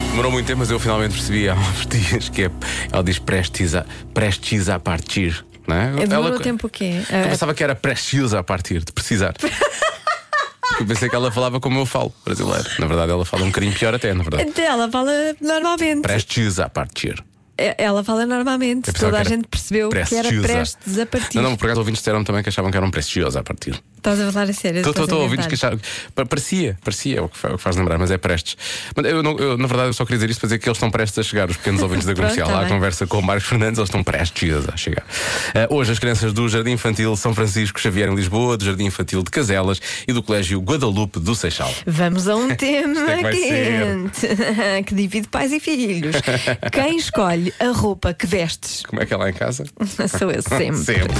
Demorou muito tempo, mas eu finalmente percebi há uns dias que é, ela diz prestes a, prestes a partir. Não é? Demorou ela, tempo o quê? Eu Ah, pensava que era prestes a partir, de precisar. Porque eu pensei que ela falava como eu falo, brasileiro. Na verdade, ela fala um bocadinho pior até, na verdade. então Ela fala normalmente. Prestes a partir. É, Ela fala normalmente. Eu pensava Toda a que era gente percebeu que era prestes a- prestes a partir. Não, não, por acaso ouvintes disseram também que achavam que eram prestes a partir. Estás a falar a sério? Estou, estás estou, estou a ouvir inventar. que acharam- pa- Parecia, parecia é o que, fa- o que faz lembrar, mas é prestes. Mas eu, não- eu, na verdade, eu só queria dizer isto para dizer que eles estão prestes a chegar, os pequenos ouvintes da Pronto, comercial. tá Lá a bem. conversa com o Marcos Fernandes, eles estão prestes a chegar. Eh, hoje, as crianças do Jardim Infantil São Francisco Xavier em Lisboa, do Jardim Infantil de Caselas e do Colégio Guadalupe do Seixal. Vamos a um Isto é que tema vai quente que divide pais e filhos. Quem escolhe a roupa que vestes? Como é que é lá em casa? Sou eu sempre. Sempre.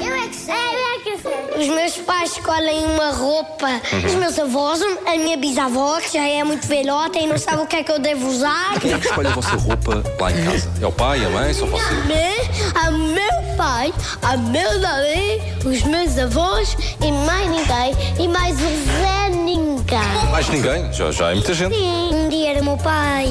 Eu é que sei, eu é que sei, eu é que sei, eu é que sei, eu é que sei. Os meus pais escolhem uma roupa, os meus avós, a minha bisavó, que já é muito velhota e não sabe o que é que eu devo usar. Quem é que escolhe a vossa roupa lá em casa? É o pai, a mãe, são vocês? A meu pai, a meu nome, os meus avós e mais ninguém, e mais o Zé Ninguém. Mais ninguém? Já, já é muita gente. Sim, um dia era meu pai,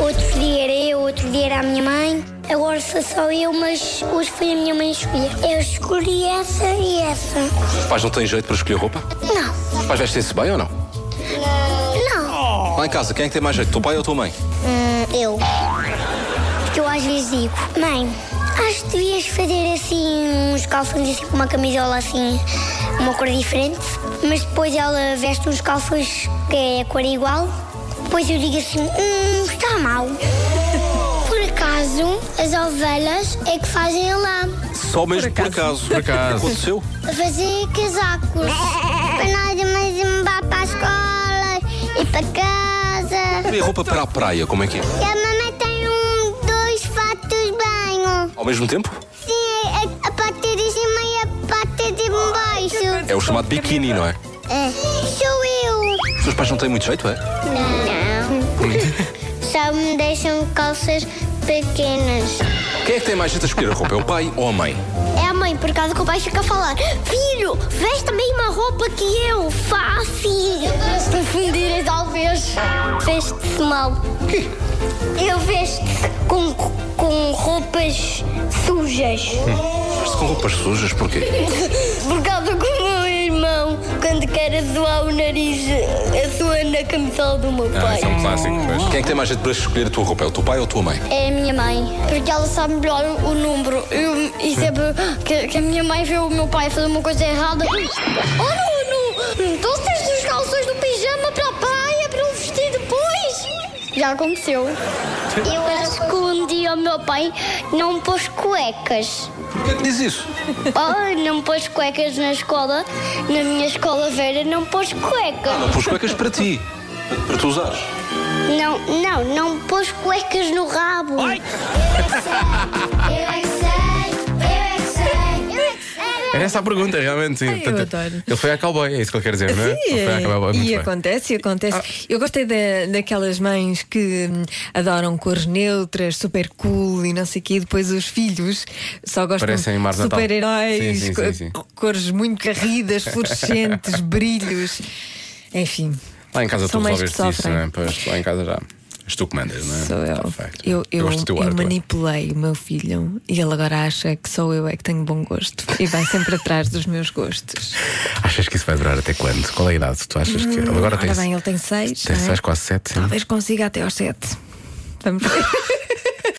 outro dia era eu, outro dia era a minha mãe. Agora sou só eu, mas hoje foi a minha mãe a escolher. Eu escolhi essa e essa. Os pais não têm jeito para escolher roupa? Não. Os pais vestem-se bem ou não? Não. Lá em casa, quem é que tem mais jeito? Teu pai ou tua mãe? eu. Porque eu às vezes digo, mãe, acho que devias fazer assim uns calções assim com uma camisola assim, uma cor diferente. Mas depois ela veste uns calções que é a cor igual. Depois eu digo assim, hum, está mal. Por acaso, as ovelhas é que fazem a lã. Só mesmo por acaso. Por acaso. Aconteceu? Fazem casacos. para nós mais levar para a escola e para casa. E a roupa para a praia, como é que é? E a mamãe tem um, dois fatos de banho. Ao mesmo tempo? Sim, é a, a parte de cima e a parte de baixo. É o chamado biquíni, não é? É. Sou eu. Os seus pais não têm muito jeito, é? Não. Só me deixam calças pequenas. Quem é que tem mais jeito a escolher a roupa? É o pai ou a mãe? É a mãe, por causa que o pai fica a falar: Filho, veste a mesma roupa que eu. Vá, filho. Se confundirem, talvez. Veste-se mal. Eu vesto com, com roupas sujas. Veste com roupas sujas, porquê? Por causa que o meu irmão, quando quer azoar o nariz, azoa na camisola do meu Ah, pai. um clássico, Quem é que tem mais jeito para escolher a tua roupa? É o teu pai ou a tua mãe? É a minha mãe, porque ela sabe melhor o número. Eu- e sempre que, que a minha mãe vê o meu pai fazer uma coisa errada. Oh, Nuno! Trouxeste os calções do pijama para a praia para eu vestir depois? Já aconteceu. Eu acho que um dia o meu pai não pôs cuecas. Porquê que diz isso? Oh, não pôs cuecas na escola. Na minha escola Vera não pôs Não cuecas. pôs cuecas para ti. para- Para tu usares. Não, não, não pôs cuecas no rabo. Eu é que sei, eu é que sei, eu é que sei. Era essa a pergunta, realmente. Sim. Ai, eu adoro. Ele foi à cowboy, é isso que ele quer dizer, não é? Sim, Ele foi à cowboy, muito e bem. Ah. acontece, e acontece. Eu gostei da, daquelas mães que hum, adoram cores neutras, super cool e não sei o quê, e depois os filhos só gostam Parecem Mars de Natal. super-heróis, Sim, sim, co- sim, sim. co- cores muito carridas, fluorescentes, brilhos. Enfim, Lá em casa tu São mães que resolveste isso, sofrem. não é? Pois, lá em casa já. És tu que mandas, não é? sou Tá eu. feito. Eu, eu, gosto do teu eu ar, tu é. manipulei o meu filho e ele agora acha que sou eu é que tenho bom gosto e vai sempre atrás dos meus gostos. Achas que isso vai durar até quando? Qual é a idade que tu achas que. Ele agora Hum, Ora tem. bem, ele tem seis. tem não é? seis, quase sete. sim. Talvez consiga até aos sete. Vamos ver.